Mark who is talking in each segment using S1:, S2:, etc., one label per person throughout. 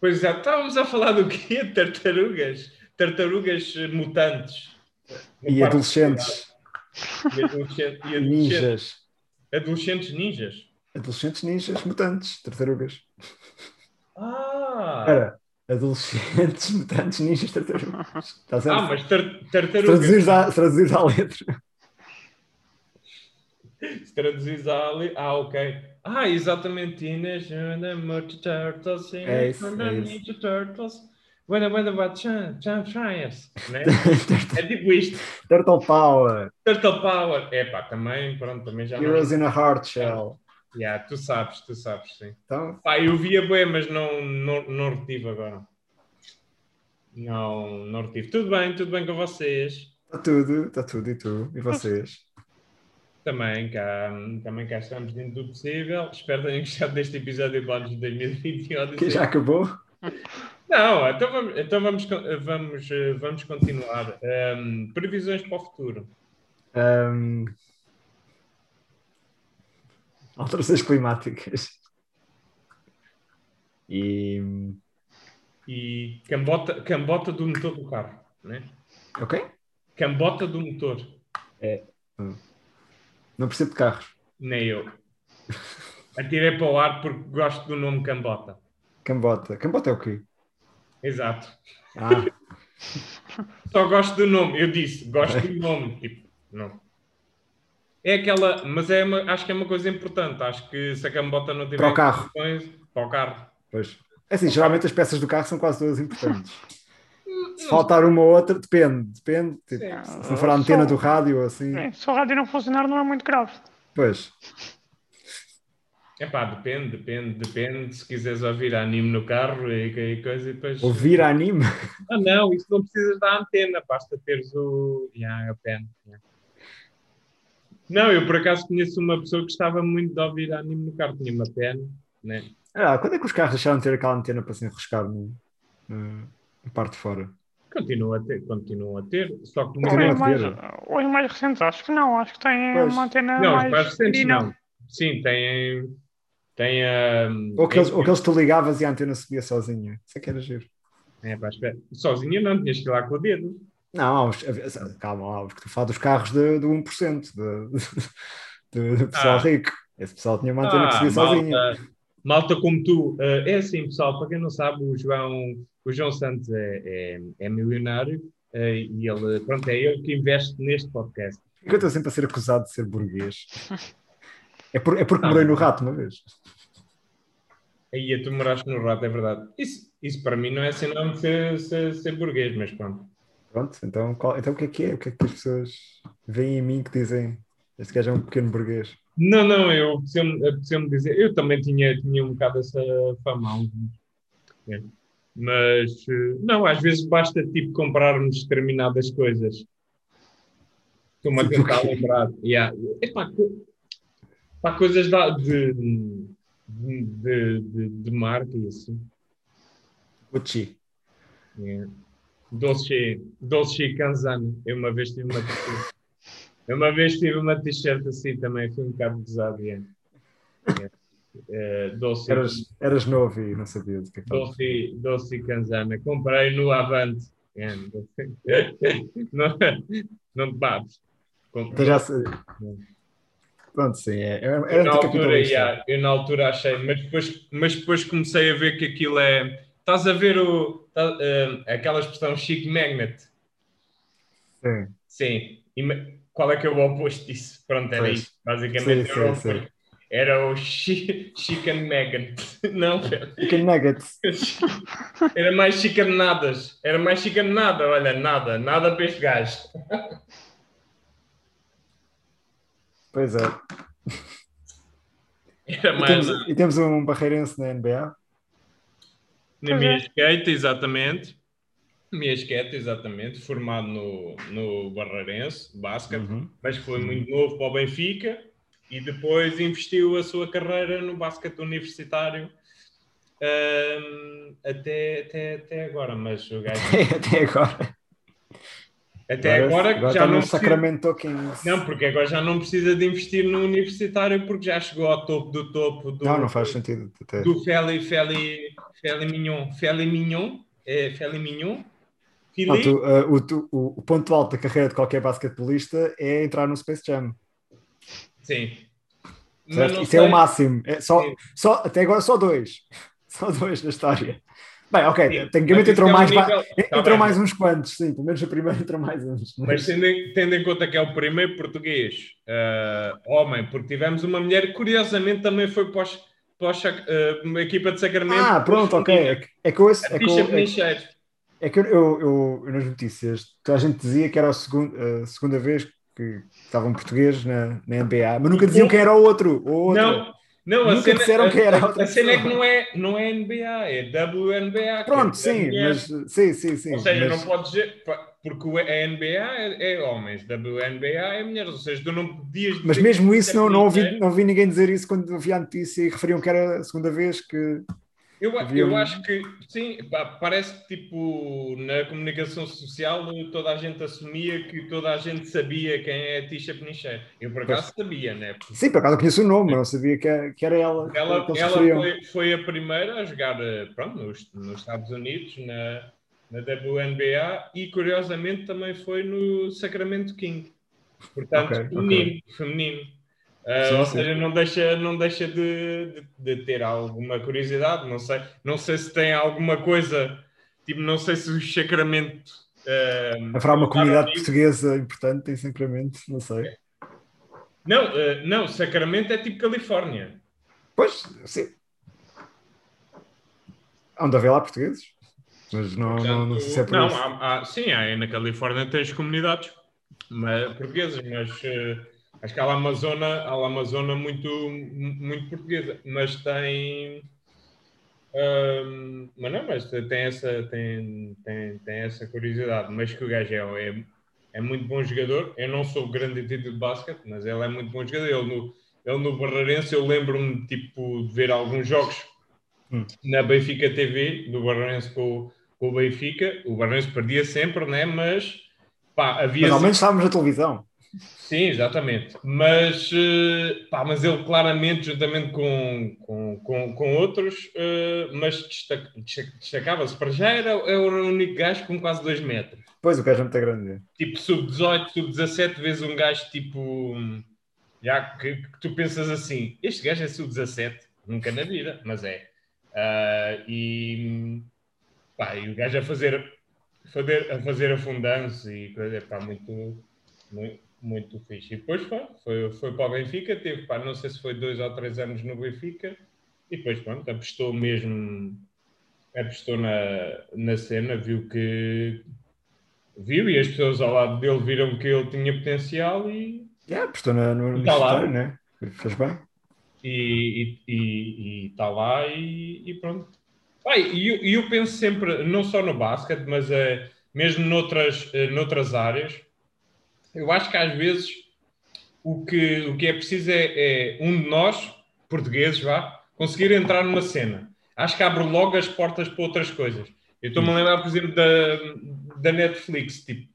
S1: Pois é, estávamos a falar do quê? Tartarugas? Tartarugas mutantes.
S2: E adolescentes.
S1: E adolescente- e é adolescentes.
S2: Ninjas.
S1: Adolescentes ninjas.
S2: Adolescentes ninjas, mutantes, tartarugas.
S1: Ah,
S2: Espera, adolescentes, mutantes, ninjas, tartarugas. Está certo?
S1: ah mas tar- tartarugas.
S2: Traduzires à, traduzires à letra.
S1: Se traduzires à ali. Ah, ok. Ah, exatamente. Teenage Mutant Turtles.
S2: É isso, é isso.
S1: Ninja Turtles. Wanda, wanda, what chan, chan, science. Né?
S2: Turtle-
S1: É tipo isto.
S2: Turtle Power,
S1: Turtle Power. Epá, também, pronto, também já não...
S2: Heroes in a Hard Shell.
S1: Yeah, tu sabes, tu sabes, sim.
S2: Então,
S1: Pá, eu via bem, mas não, não, não retive agora. Não, não retive. Tudo bem, tudo bem com vocês.
S2: está tá tudo, está tudo e tu, e vocês?
S1: Também cá, também cá estamos dentro do possível. Espero que tenham gostado deste episódio de Banos de 2021.
S2: Que já acabou?
S1: Não, então vamos, então vamos, con- vamos, eh, vamos continuar. Ahm, previsões para o futuro.
S2: Ahm, alterações climáticas. E.
S1: E cambota, cambota do motor do carro, né?
S2: Ok?
S1: Cambota do motor.
S2: Não percebo de carros.
S1: Nem eu. Atirei para o ar porque gosto do nome Cambota.
S2: Cambota. Cambota é o quê?
S1: Exato.
S2: Ah,
S1: Só gosto do nome. Eu disse, gosto do nome. Tipo, não. É aquela, mas é uma- acho que é uma coisa importante. Acho que se a Cambota não tiver
S2: Para o carro.
S1: condições, para o carro.
S2: pois. É assim, geralmente as peças do carro são quase todas importantes. Se faltar uma ou outra, depende. Depende. tipo,
S1: Hum, Sim.
S2: se não for a antena do rádio ou assim.
S3: É, se o rádio não funcionar, não é muito grave.
S2: Pois.
S1: Epá, depende, depende, depende. Se quiseres ouvir anime no carro e, e coisa, e depois.
S2: Ouvir anime?
S1: Ah, não, isso não precisas da antena, basta teres o. Yeah, a pen. yeah. Não, eu por acaso conheço uma pessoa que gostava muito de ouvir anime no carro, tinha uma pen, né?
S2: Ah, quando é que os carros deixaram de ter aquela antena para se enroscar no, no- na parte de fora?
S1: Continua a ter, continua a ter, só que
S3: Ou
S2: Antena
S3: em
S2: de
S3: mais,
S2: Vieira.
S3: ou em mais recentes, acho que não. Acho que tem
S2: Pois.
S3: uma antena
S1: Não, os
S3: mais.
S1: mais recentes
S3: fina.
S1: não. Sim, tem. tem um,
S2: Ou aqueles, ou aqueles que tu ligavas e a antena subia sozinha? Isso é que era giro.
S1: É, pá, espera. Sozinha não, tinhas que ir lá com o dedo.
S2: Não, há uns- havia- calma lá, porque tu falas dos carros de- um do 1%, do, do, do pessoal
S1: Ah.
S2: rico. Esse pessoal tinha uma antena que subia sozinha.
S1: malta, malta como tu. Eh, é assim, pessoal, para quem não sabe, o João, o João Santos é, é, é milionário eh, e ele, pronto, é ele que investe neste podcast.
S2: Por que eu estou sempre a ser acusado de ser burguês? É, por- é porque
S1: Ah.
S2: morei no rato uma vez.
S1: Aí tu moraste no rato, é verdade. Isso, isso para mim não é sinónimo de ser, ser, ser burguês, mas pronto.
S2: Pronto, então, qual- então o que é que é? O que é que as pessoas veem em mim que dizem este gajo é um pequeno burguês?
S1: Não, não, eu apeteceu-me apeteceu-me dizer. Eu também tinha, tinha um bocado essa fama. há uns anos. É. Mas, eh, não, às vezes basta, tipo, comprarmos determinadas coisas. Estou-me a
S2: Tipo
S1: tentar
S2: quê?
S1: lembrar. Yeah. Epá, co- pá, coisas da- de, de, de, de- de marca e assim.
S2: Uchi.
S1: Yeah. Dolce, Dolce Canzano. Eu uma vez tive uma t-shirt. Eu uma vez tive uma t-shirt assim também, foi um bocado pesado. É, Yeah. Yeah. Eh, Dolce,
S2: Eras, eras novo e não sabia do que é que estava.
S1: Dolce, Dolce Canzana. Comprei no Avante. Yeah. não, não te babes.
S2: Então
S1: Comprei.
S2: já sei. Pronto, sim, é. Era, era
S1: na altura,
S2: anticapitalista.
S1: yeah, eu na altura achei, mas depois, mas depois comecei a ver que aquilo é. Estás a ver o, tá- eh, aquela expressão chic magnet?
S2: Sim.
S1: Sim. E me- qual é que é o oposto disso? Pronto, era
S2: Pois.
S1: isso. Basicamente
S2: Sim,
S1: era, um o-
S2: sim, sim.
S1: era o chi- Chicken Magnet. Não, era-
S2: Chicken Nuggets.
S1: era mais chicanadas. Era mais chicanada, olha, nada, nada para este gajo.
S2: Pois é.
S1: Era
S2: E
S1: mais
S2: temos, e temos um barreirense na NBA.
S1: na minha skate, exatamente. Minha skate, exatamente, formado no, no Barreirense, basquete,
S2: Uhum.
S1: mas foi muito novo para o Benfica e depois investiu a sua carreira no basquete universitário hum, até, até, até agora, mas o gajo
S2: Até agora.
S1: Até agora,
S2: agora
S1: já
S2: está
S1: não
S2: no
S1: precisa-
S2: Sacramento Kings.
S1: Não, porque agora já não precisa de investir no universitário porque já chegou ao topo do topo do,
S2: não, não faz sentido. Até.
S1: do Feli, Feli, Feli Mignon. Feli Mignon? É Feli Mignon?
S2: Não,
S1: Fili?
S2: tu, ah, o, tu- o- o ponto alto da carreira de qualquer basquetebolista é entrar no Space Jam.
S1: Sim. Mas
S2: certo?
S1: não
S2: Isso
S1: sei-
S2: é o máximo. É só,
S1: Sim.
S2: só, até agora só dois. Só dois na história. Bem, ok,
S1: Sim, mas isso
S2: tecnicamente entrou
S1: é um
S2: mais, ba-
S1: nível- Tá
S2: entrou
S1: bem.
S2: mais uns quantos, sim, pelo menos a primeira entrou mais uns.
S1: Mas tendo em, tendo em conta que é o primeiro português ah, homem, porque tivemos uma mulher que curiosamente também foi para, os, para os Sac- ah, uma equipa de Sacramento.
S2: ah, pronto, ok. É que- É que eu ouço-
S1: A
S2: é que
S1: ficha
S2: eu- é que-
S1: Penicheiro.
S2: É que eu, eu- eu- eu nas notícias, toda a gente dizia que era a segunda, a segunda vez que estava um português na, na NBA, mas nunca diziam quem era o outro. o outro.
S1: Não, não a
S2: Nunca
S1: cena,
S2: disseram
S1: a-
S2: que era
S1: a-
S2: outra
S1: a cena é que
S2: pessoa.
S1: não é, não é NBA, é WNBA.
S2: Pronto,
S1: que é
S2: sim,
S1: mulher.
S2: mas sim, sim, sim.
S1: Ou seja,
S2: mas-
S1: não pode dizer, porque o- a NBA é, é homens, WNBA é mulheres, ou seja, tu não podias dizer
S2: Mas mesmo isso, não, não,
S1: Penicheiro.
S2: ouvi, não ouvi ninguém dizer isso quando vi a notícia e referiam que era a segunda vez que.
S1: Eu, a-
S2: Havia
S1: eu
S2: um-
S1: acho que sim, pá, parece que tipo na comunicação social toda a gente assumia que toda a gente sabia quem é a Tisha Penicheiro. Eu por acaso sabia, né? Porque
S2: Sim, por acaso eu conheço o nome, mas não sabia que, é- que era ela. que
S1: Ela,
S2: eles
S1: ela
S2: referiam.
S1: foi, foi a primeira a jogar eh, pronto, nos, nos Estados Unidos, na, na WNBA, e curiosamente também foi no Sacramento King. Portanto,
S2: Ok, ok.
S1: feminino. feminino. Ah,
S2: Sim,
S1: ou
S2: sim.
S1: seja, não deixa, não deixa de, de, de ter alguma curiosidade. Não sei, não sei se tem alguma coisa, tipo, não sei se o Sacramento. ah,
S2: Haverá uma comunidade
S1: Unidos.
S2: portuguesa importante em Sacramento, não sei.
S1: não, ah, não, Sacramento é tipo Califórnia.
S2: Pois, sim. Há Onde haver lá portugueses? Mas não, não, não sei se é por
S1: Não,
S2: isso.
S1: há- há- sim, há, na Califórnia tens comunidades mas- portuguesas, mas eh, acho que há lá uma zona, há lá uma zona muito, muito portuguesa, mas tem. ahm, mas não, mas tem essa, tem, tem, tem essa curiosidade. Mas que o gajo é, é, é muito bom jogador. Eu não sou grande em título de basquete, mas ele é muito bom jogador. Ele no, ele no Barreirense, eu lembro-me tipo, de ver alguns jogos
S2: Hum.
S1: na Benfica TV, do Barreirense com, o- com o Benfica. O Barreirense perdia sempre, né? mas pá, havia
S2: Mas ao menos estávamos na televisão.
S1: Sim, exatamente. Mas, eh, pá, mas ele claramente, juntamente com, com, com, com outros, eh, mas destaca- destaca- destacava-se. Para já era, era o único gajo com quase 2 metros.
S2: Pois o gajo é muito grande.
S1: Tipo, sub-18, sub-17, vezes um gajo tipo... Já que, que tu pensas assim, este gajo é sub-17, nunca na vida, mas é. Ah, e, pá, e o gajo a fazer, fazer, a fazer afundanço e coisa, pá, muito, muito, muito fixe. E depois pá, foi, foi para o Benfica, teve, pá, não sei se foi dois ou três anos no Benfica, e depois, pronto, apostou mesmo, apostou na, na cena, viu que, viu e as pessoas ao lado dele viram que ele tinha potencial e,
S2: Yeah, É, porque estou na, no
S1: Está lá.
S2: universitário, né? Fez bem.
S1: e está e, tá lá e, e pronto. Pá, e eu, e eu penso sempre, não só no basquete, mas eh, mesmo noutras, eh, noutras áreas, eu acho que às vezes o que, o que é preciso é, é um de nós, portugueses, vá, conseguir entrar numa cena. Acho que abre logo as portas para outras coisas. Eu estou-me a lembrar, por exemplo, da, da Netflix, tipo,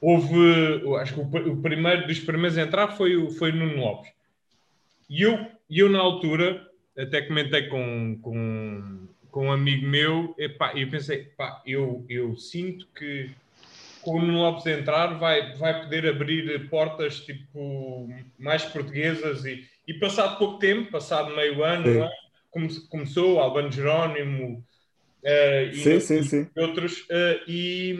S1: houve, eu acho que o, pr- o primeiro dos primeiros a entrar foi o, foi o Nuno Lopes. E eu, e eu na altura, até comentei com, com, com um amigo meu, epá, eu pensei, pá, eu, eu sinto que com o Nuno Lopes entrar vai, vai poder abrir portas tipo mais portuguesas e, e passado pouco tempo, passado meio ano,
S2: Sim.
S1: um ano, come- começou o Albano Jerónimo eh, e-
S2: Sim, sim, sim.
S1: e outros eh, e,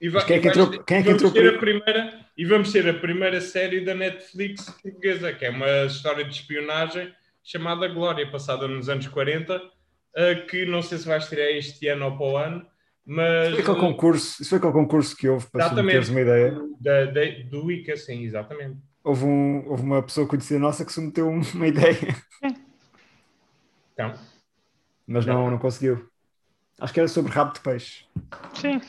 S1: e
S2: Mas quem é que
S1: vais-
S2: entrou- quem é que
S1: vamos
S2: entrou
S1: ter
S2: prim-
S1: a primeira e vamos ter a primeira série da Netflix portuguesa que é uma história de espionagem chamada Glória passada nos anos 40 eh, que não sei se vais tirar este ano ou para o ano mas
S2: Isso foi aquele concurso, isso foi aquele concurso que houve, para tu
S1: Exatamente.
S2: teres uma ideia.
S1: da, da, do ICA sim exatamente
S2: Houve, um, houve uma pessoa conhecida nossa que submeteu um, uma ideia,
S1: então
S2: mas não, não conseguiu. Acho que era sobre rabo de peixe.
S3: Sim.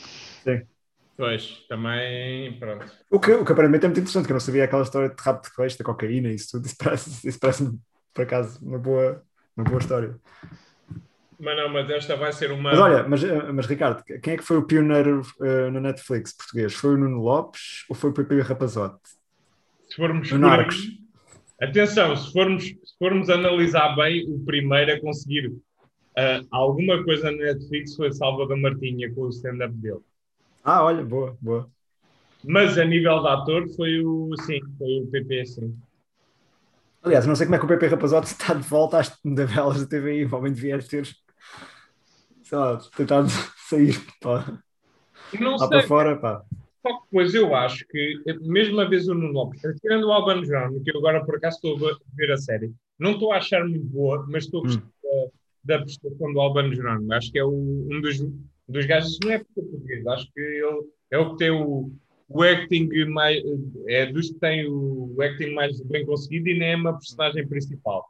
S1: pois também pronto
S2: O que, o que aparentemente é muito interessante, que eu não sabia aquela história de rabo de peixe, da cocaína e isso tudo. Isso parece- isso parece-me, por acaso, uma boa, uma boa história.
S1: Mas não, mas esta vai ser uma.
S2: Mas olha, mas, eh, mas Ricardo, quem é que foi o pioneiro eh, no Netflix português? Foi o Nuno Lopes ou foi o Pepe Rapazote?
S1: se formos
S2: No
S1: por aí-
S2: Narcos.
S1: atenção, se formos, se formos analisar bem, o primeiro a conseguir ah, alguma coisa na Netflix foi Salvador Martinha com o stand-up dele.
S2: Ah, olha, boa, boa.
S1: Mas a nível de ator foi o sim, foi o PP sim.
S2: Aliás, não sei como é que o Pepe Rapazote está de volta às novelas da TVI. O homem devia ter, sei lá, tentado sair pá,
S1: Não
S2: lá
S1: sei,
S2: para fora, pá.
S1: só que depois eu acho que, mesmo a vez o Nuno Lopes, tirando o Albano Jerónimo, que eu agora por acaso estou a ver a série, não estou a achar muito boa, mas estou a gostar da, da prestação do Albano Jerónimo. Acho que é o- um dos, dos gajos, não é porque é português, acho que ele é o que tem o, o acting mais, é dos que tem o, acting mais bem conseguido e nem é uma personagem principal.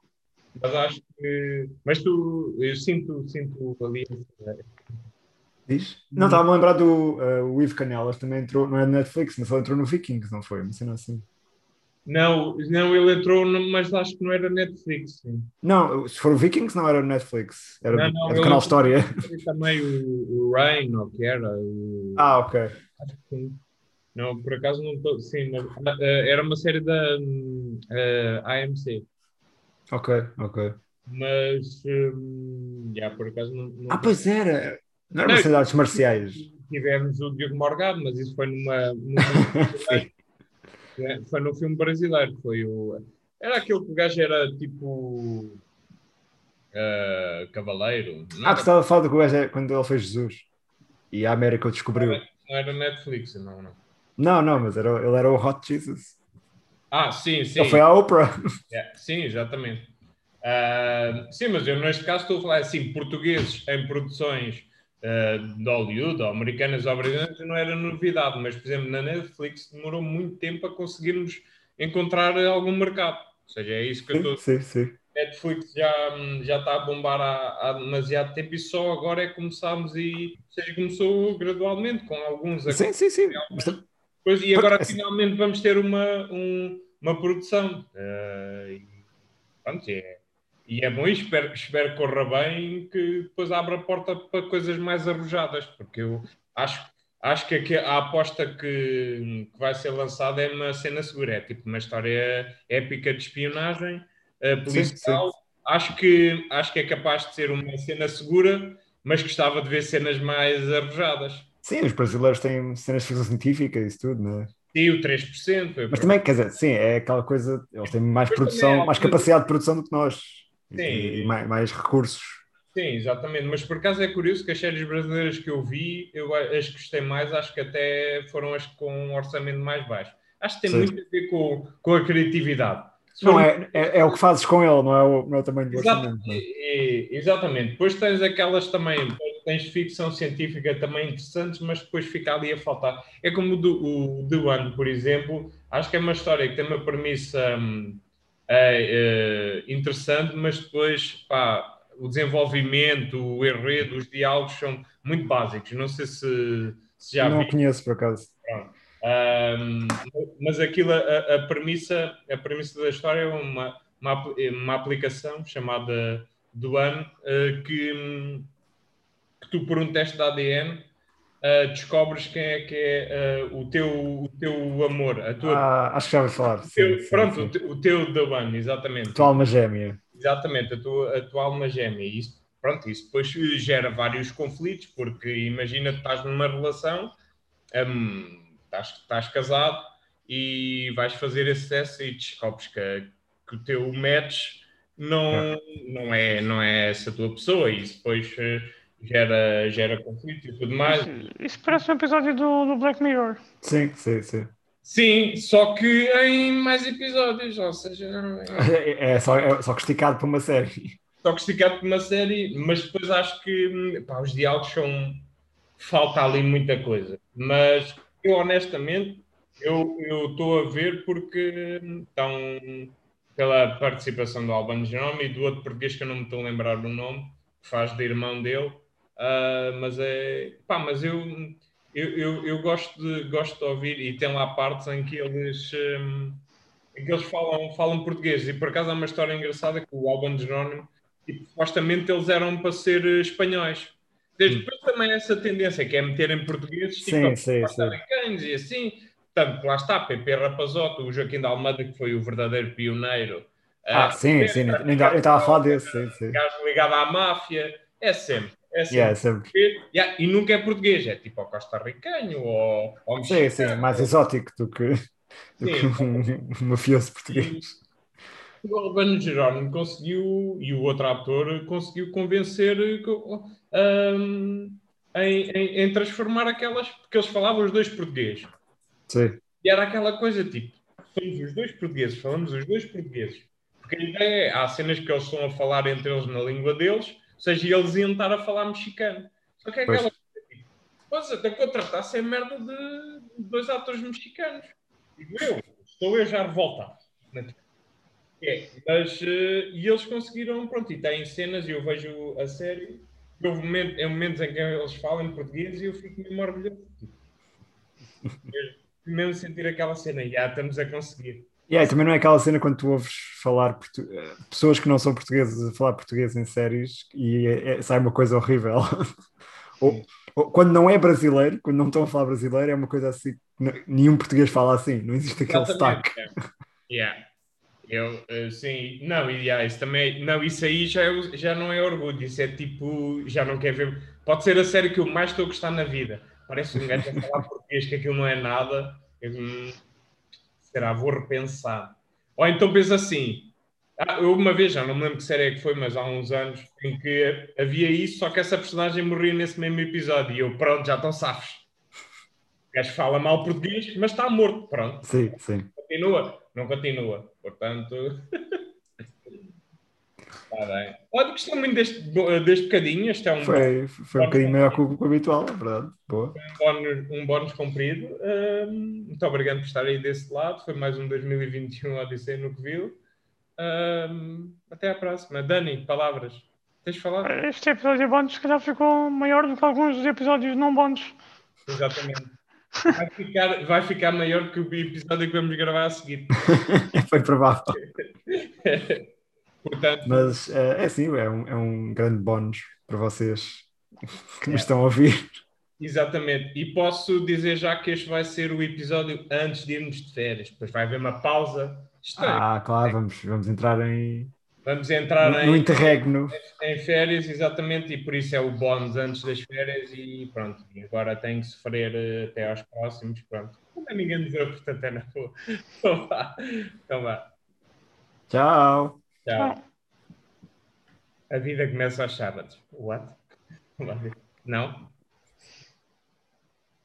S1: Mas acho que, mas tu, eu sinto, sinto ali essa-
S2: Diz? Não, estava-me a lembrar do eh, o Ivo Canelas, também entrou, não é no Netflix, mas ele entrou no Vikings, não foi? Mas não assim.
S1: Não, não, ele entrou, no- mas acho que não era Netflix, sim.
S2: Não, se for o Vikings, não era no Netflix, era,
S1: Não,
S2: do-
S1: não,
S2: é do
S1: eu-
S2: canal História.
S1: E também o, o Rain, ou que era. O,
S2: Ah, ok.
S1: sim. Não, por acaso não estou. Sim, mas, ah, era uma série da hum, ah, AMC.
S2: Ok, ok.
S1: Mas. hum, já, por acaso não. não-
S2: Ah, pois era. Não eram
S1: Não.
S2: das artes marciais. Ah,
S1: Tivemos o Diogo Morgado, mas isso foi numa. numa-
S2: Sim.
S1: né, foi num filme brasileiro. Foi o. Era aquele que o gajo era tipo. ah, cavaleiro. Não
S2: Ah, tu
S1: era,
S2: estava a falar do que o gajo é quando ele foi Jesus. E a América o descobriu.
S1: não era Netflix, não, não.
S2: Não, não, mas era, ele era o Hot Jesus.
S1: Ah, sim, sim.
S2: Ele foi à Oprah.
S1: Yeah, É, Sim, exatamente. Ah, sim, mas eu neste caso estou a falar assim, portugueses em produções ah, de Hollywood, ou americanas ou brasileiras, não era novidade, mas, por exemplo, na Netflix demorou muito tempo a conseguirmos encontrar algum mercado. Ou seja, é isso que eu estou
S2: Sim, sim, sim.
S1: Netflix já, hum, já está a bombar há, há demasiado tempo e só agora é que começámos e ou seja, começou gradualmente com alguns a-
S2: Sim, sim, sim. Mas tam-
S1: Pois, e agora
S2: Porque- assim-
S1: finalmente vamos ter uma, um- uma produção. Eh, e, pronto, e é, e é bom e espero, espero que corra bem que depois abra a porta para coisas mais arrojadas, porque eu acho, acho que aqui a aposta que, que vai ser lançada é uma cena segura, é tipo uma história épica de espionagem eh, policial. Acho, que, acho que é capaz de ser uma cena segura, mas gostava de ver cenas mais arrojadas.
S2: Sim, os brasileiros têm cenas de ficção científica e isso tudo, não é?
S1: E o 3%. eu
S2: Mas também, quer dizer, sim, é aquela coisa, eles têm mais
S1: Mas também
S2: produção,
S1: há
S2: mais
S1: coisa-
S2: capacidade de produção do que nós. E,
S1: Sim.
S2: e mais, mais recursos.
S1: Sim, exatamente. Mas por acaso é curioso que as séries brasileiras que eu vi, eu a- as que gostei mais, acho que até foram as com um orçamento mais baixo. Acho que tem
S2: Sim.
S1: muito a ver com, com a criatividade. Se
S2: Não,
S1: for- um
S2: é, é, é o que fazes com ele, não é o, não é o tamanho do
S1: Exato.
S2: orçamento. não é?
S1: E- exatamente. Depois tens aquelas também, depois tens ficção científica também interessantes, mas depois fica ali a faltar. É como o do, o The One, por exemplo, acho que é uma história que tem uma premissa hum, é, é, interessante, mas depois pá, o desenvolvimento, o enredo, os diálogos são muito básicos. Não sei se, se já
S2: Não
S1: vi.
S2: o conheço, por acaso.
S1: Ahm, mas aquilo, a, a premissa, a premissa da história é uma, uma, apl- é uma aplicação chamada do ano eh, que, hum, que tu por um teste de ADN eh, descobres quem é que é eh, o, teu, o teu amor, a tua,
S2: Ah, acho que já ouvi falar.
S1: o
S2: Sim,
S1: teu-
S2: sim,
S1: pronto,
S2: sim. Então,
S1: o te- o teu do ano, exatamente.
S2: Tua alma gêmea.
S1: Exatamente, a tua, a tua alma gêmea. E isso, pronto, isso depois gera vários conflitos, porque imagina que estás numa relação, hum, estás, estás casado e vais fazer esse teste e descobres que, que o teu match não, não, é, não é essa tua pessoa, e isso depois eh, gera, gera conflito e tudo mais.
S3: Isso, isso parece um episódio do, do Black Mirror.
S2: Sim, sim, sim.
S1: Sim, só que em mais episódios, ou seja, não é-
S2: É, é só, é só que esticado para uma série.
S1: Só que esticado por uma série, mas depois acho que hum, pá, os diálogos são. Falta ali muita coisa. Mas eu, honestamente, eu eu estou a ver porque hum, estão. pela participação do Albano Jerome e do outro português que eu não me estou a lembrar do nome, que faz de irmão dele. Ah, mas é. pá, mas eu. Eu, eu, eu gosto, de, gosto de ouvir e tem lá partes em que eles. hum, em que eles falam, falam português e por acaso há uma história engraçada que o Albano Jerónimo E supostamente eles eram para ser eh, espanhóis. Desde depois também essa tendência que é meterem portugueses, tipo,
S2: Sim,
S1: a-
S2: sim,
S1: a-
S2: sim.
S1: americanos e assim. Portanto, lá está, Pepe Rapazoto, o Joaquim de Almeida, que foi o verdadeiro pioneiro.
S2: Ah,
S1: Ah,
S2: sim, sim, nem- nem- eu estava a falar desse, sim, sim.
S1: gajo ligado à máfia, é sempre. É sempre.
S2: Yeah, sempre.
S1: Yeah, e nunca é português, é tipo ao costarricano ou ao
S2: Sim,
S1: mexicano.
S2: sim, mais exótico do que, do que um, um mafioso português.
S1: O Albano Jerónimo conseguiu, e o outro ator, conseguiu convencer eh, co- ahm, em, em- em transformar aquelas, porque eles falavam os dois português.
S2: Sim,
S1: E era aquela coisa tipo, somos os dois portugueses, falamos os dois portugueses. Porque a ideia é, há cenas que eles estão a falar entre eles na língua deles, ou seja, eles iam estar a falar mexicano. Só que é
S2: Pois.
S1: aquela coisa tipo, pois até contratar-se é merda de dois atores mexicanos. Digo eu, estou eu já revoltado. É, mas, eh, e eles conseguiram, pronto, e têm cenas, e eu vejo a série, e houve momento- é momentos em que eles falam português e eu fico mesmo orgulhoso. Mesmo- Mesmo sentir aquela cena, já estamos a conseguir.
S2: Yeah, e também não é aquela cena quando tu ouves falar portu- eh, pessoas que não são portuguesas a falar português em séries e é- é- sai uma coisa horrível. ou, ou quando não é brasileiro, quando não estão a falar brasileiro, é uma coisa assim que n- nenhum português fala assim, não existe aquele sotaque.
S1: Exatamente, é. Yeah. Eu, eh, sim, não, e, yeah, isso também, não, isso aí já, é o- já não é orgulho, isso é tipo, já não quer ver. Pode ser a série que eu mais estou a gostar na vida. Parece um gajo a falar português que aquilo não é nada. Eu, hum, será, vou repensar. Ou então pensa assim. ah, eu uma vez, já não me lembro que série é que foi, mas há uns anos, em que havia isso, só que essa personagem morria nesse mesmo episódio. E eu, pronto, já estão safos. O gajo fala mal português, mas está morto, pronto
S2: Sim, sim.
S1: continua, não continua. Portanto. Está bem. Olha, gostei muito deste, deste bocadinho. Este é um,
S2: Foi, foi um bocadinho maior que o que o habitual, é verdade. Boa.
S1: bónus, um bónus comprido. Hum, muito obrigado por estar aí desse lado. Foi mais um 2021 Odisseia no que viu. Hum, até à próxima. Dani, palavras. Tens falado?
S3: Este episódio bónus se calhar ficou maior do que alguns dos episódios não bónus.
S1: Exatamente. Vai ficar, vai ficar maior que o episódio que vamos gravar a seguir.
S2: Foi provável.
S1: Portanto,
S2: Mas eh, é sim, é um, é um grande bónus para vocês que nos estão a ouvir.
S1: Exatamente, e posso dizer já que este vai ser o episódio antes de irmos de férias, depois vai haver uma pausa. Isto é,
S2: Ah, claro, vamos, vamos entrar em,
S1: vamos entrar
S2: no, no
S1: em,
S2: interregno.
S1: em férias, exatamente, e por isso é o bónus antes das férias. E pronto, e agora tenho que sofrer eh, até aos próximos. Pronto, também ninguém nos ouve, portanto é na boa. Então vá, então vá.
S2: Tchau.
S1: Tchau. A vida começa aos sábados. What? Não?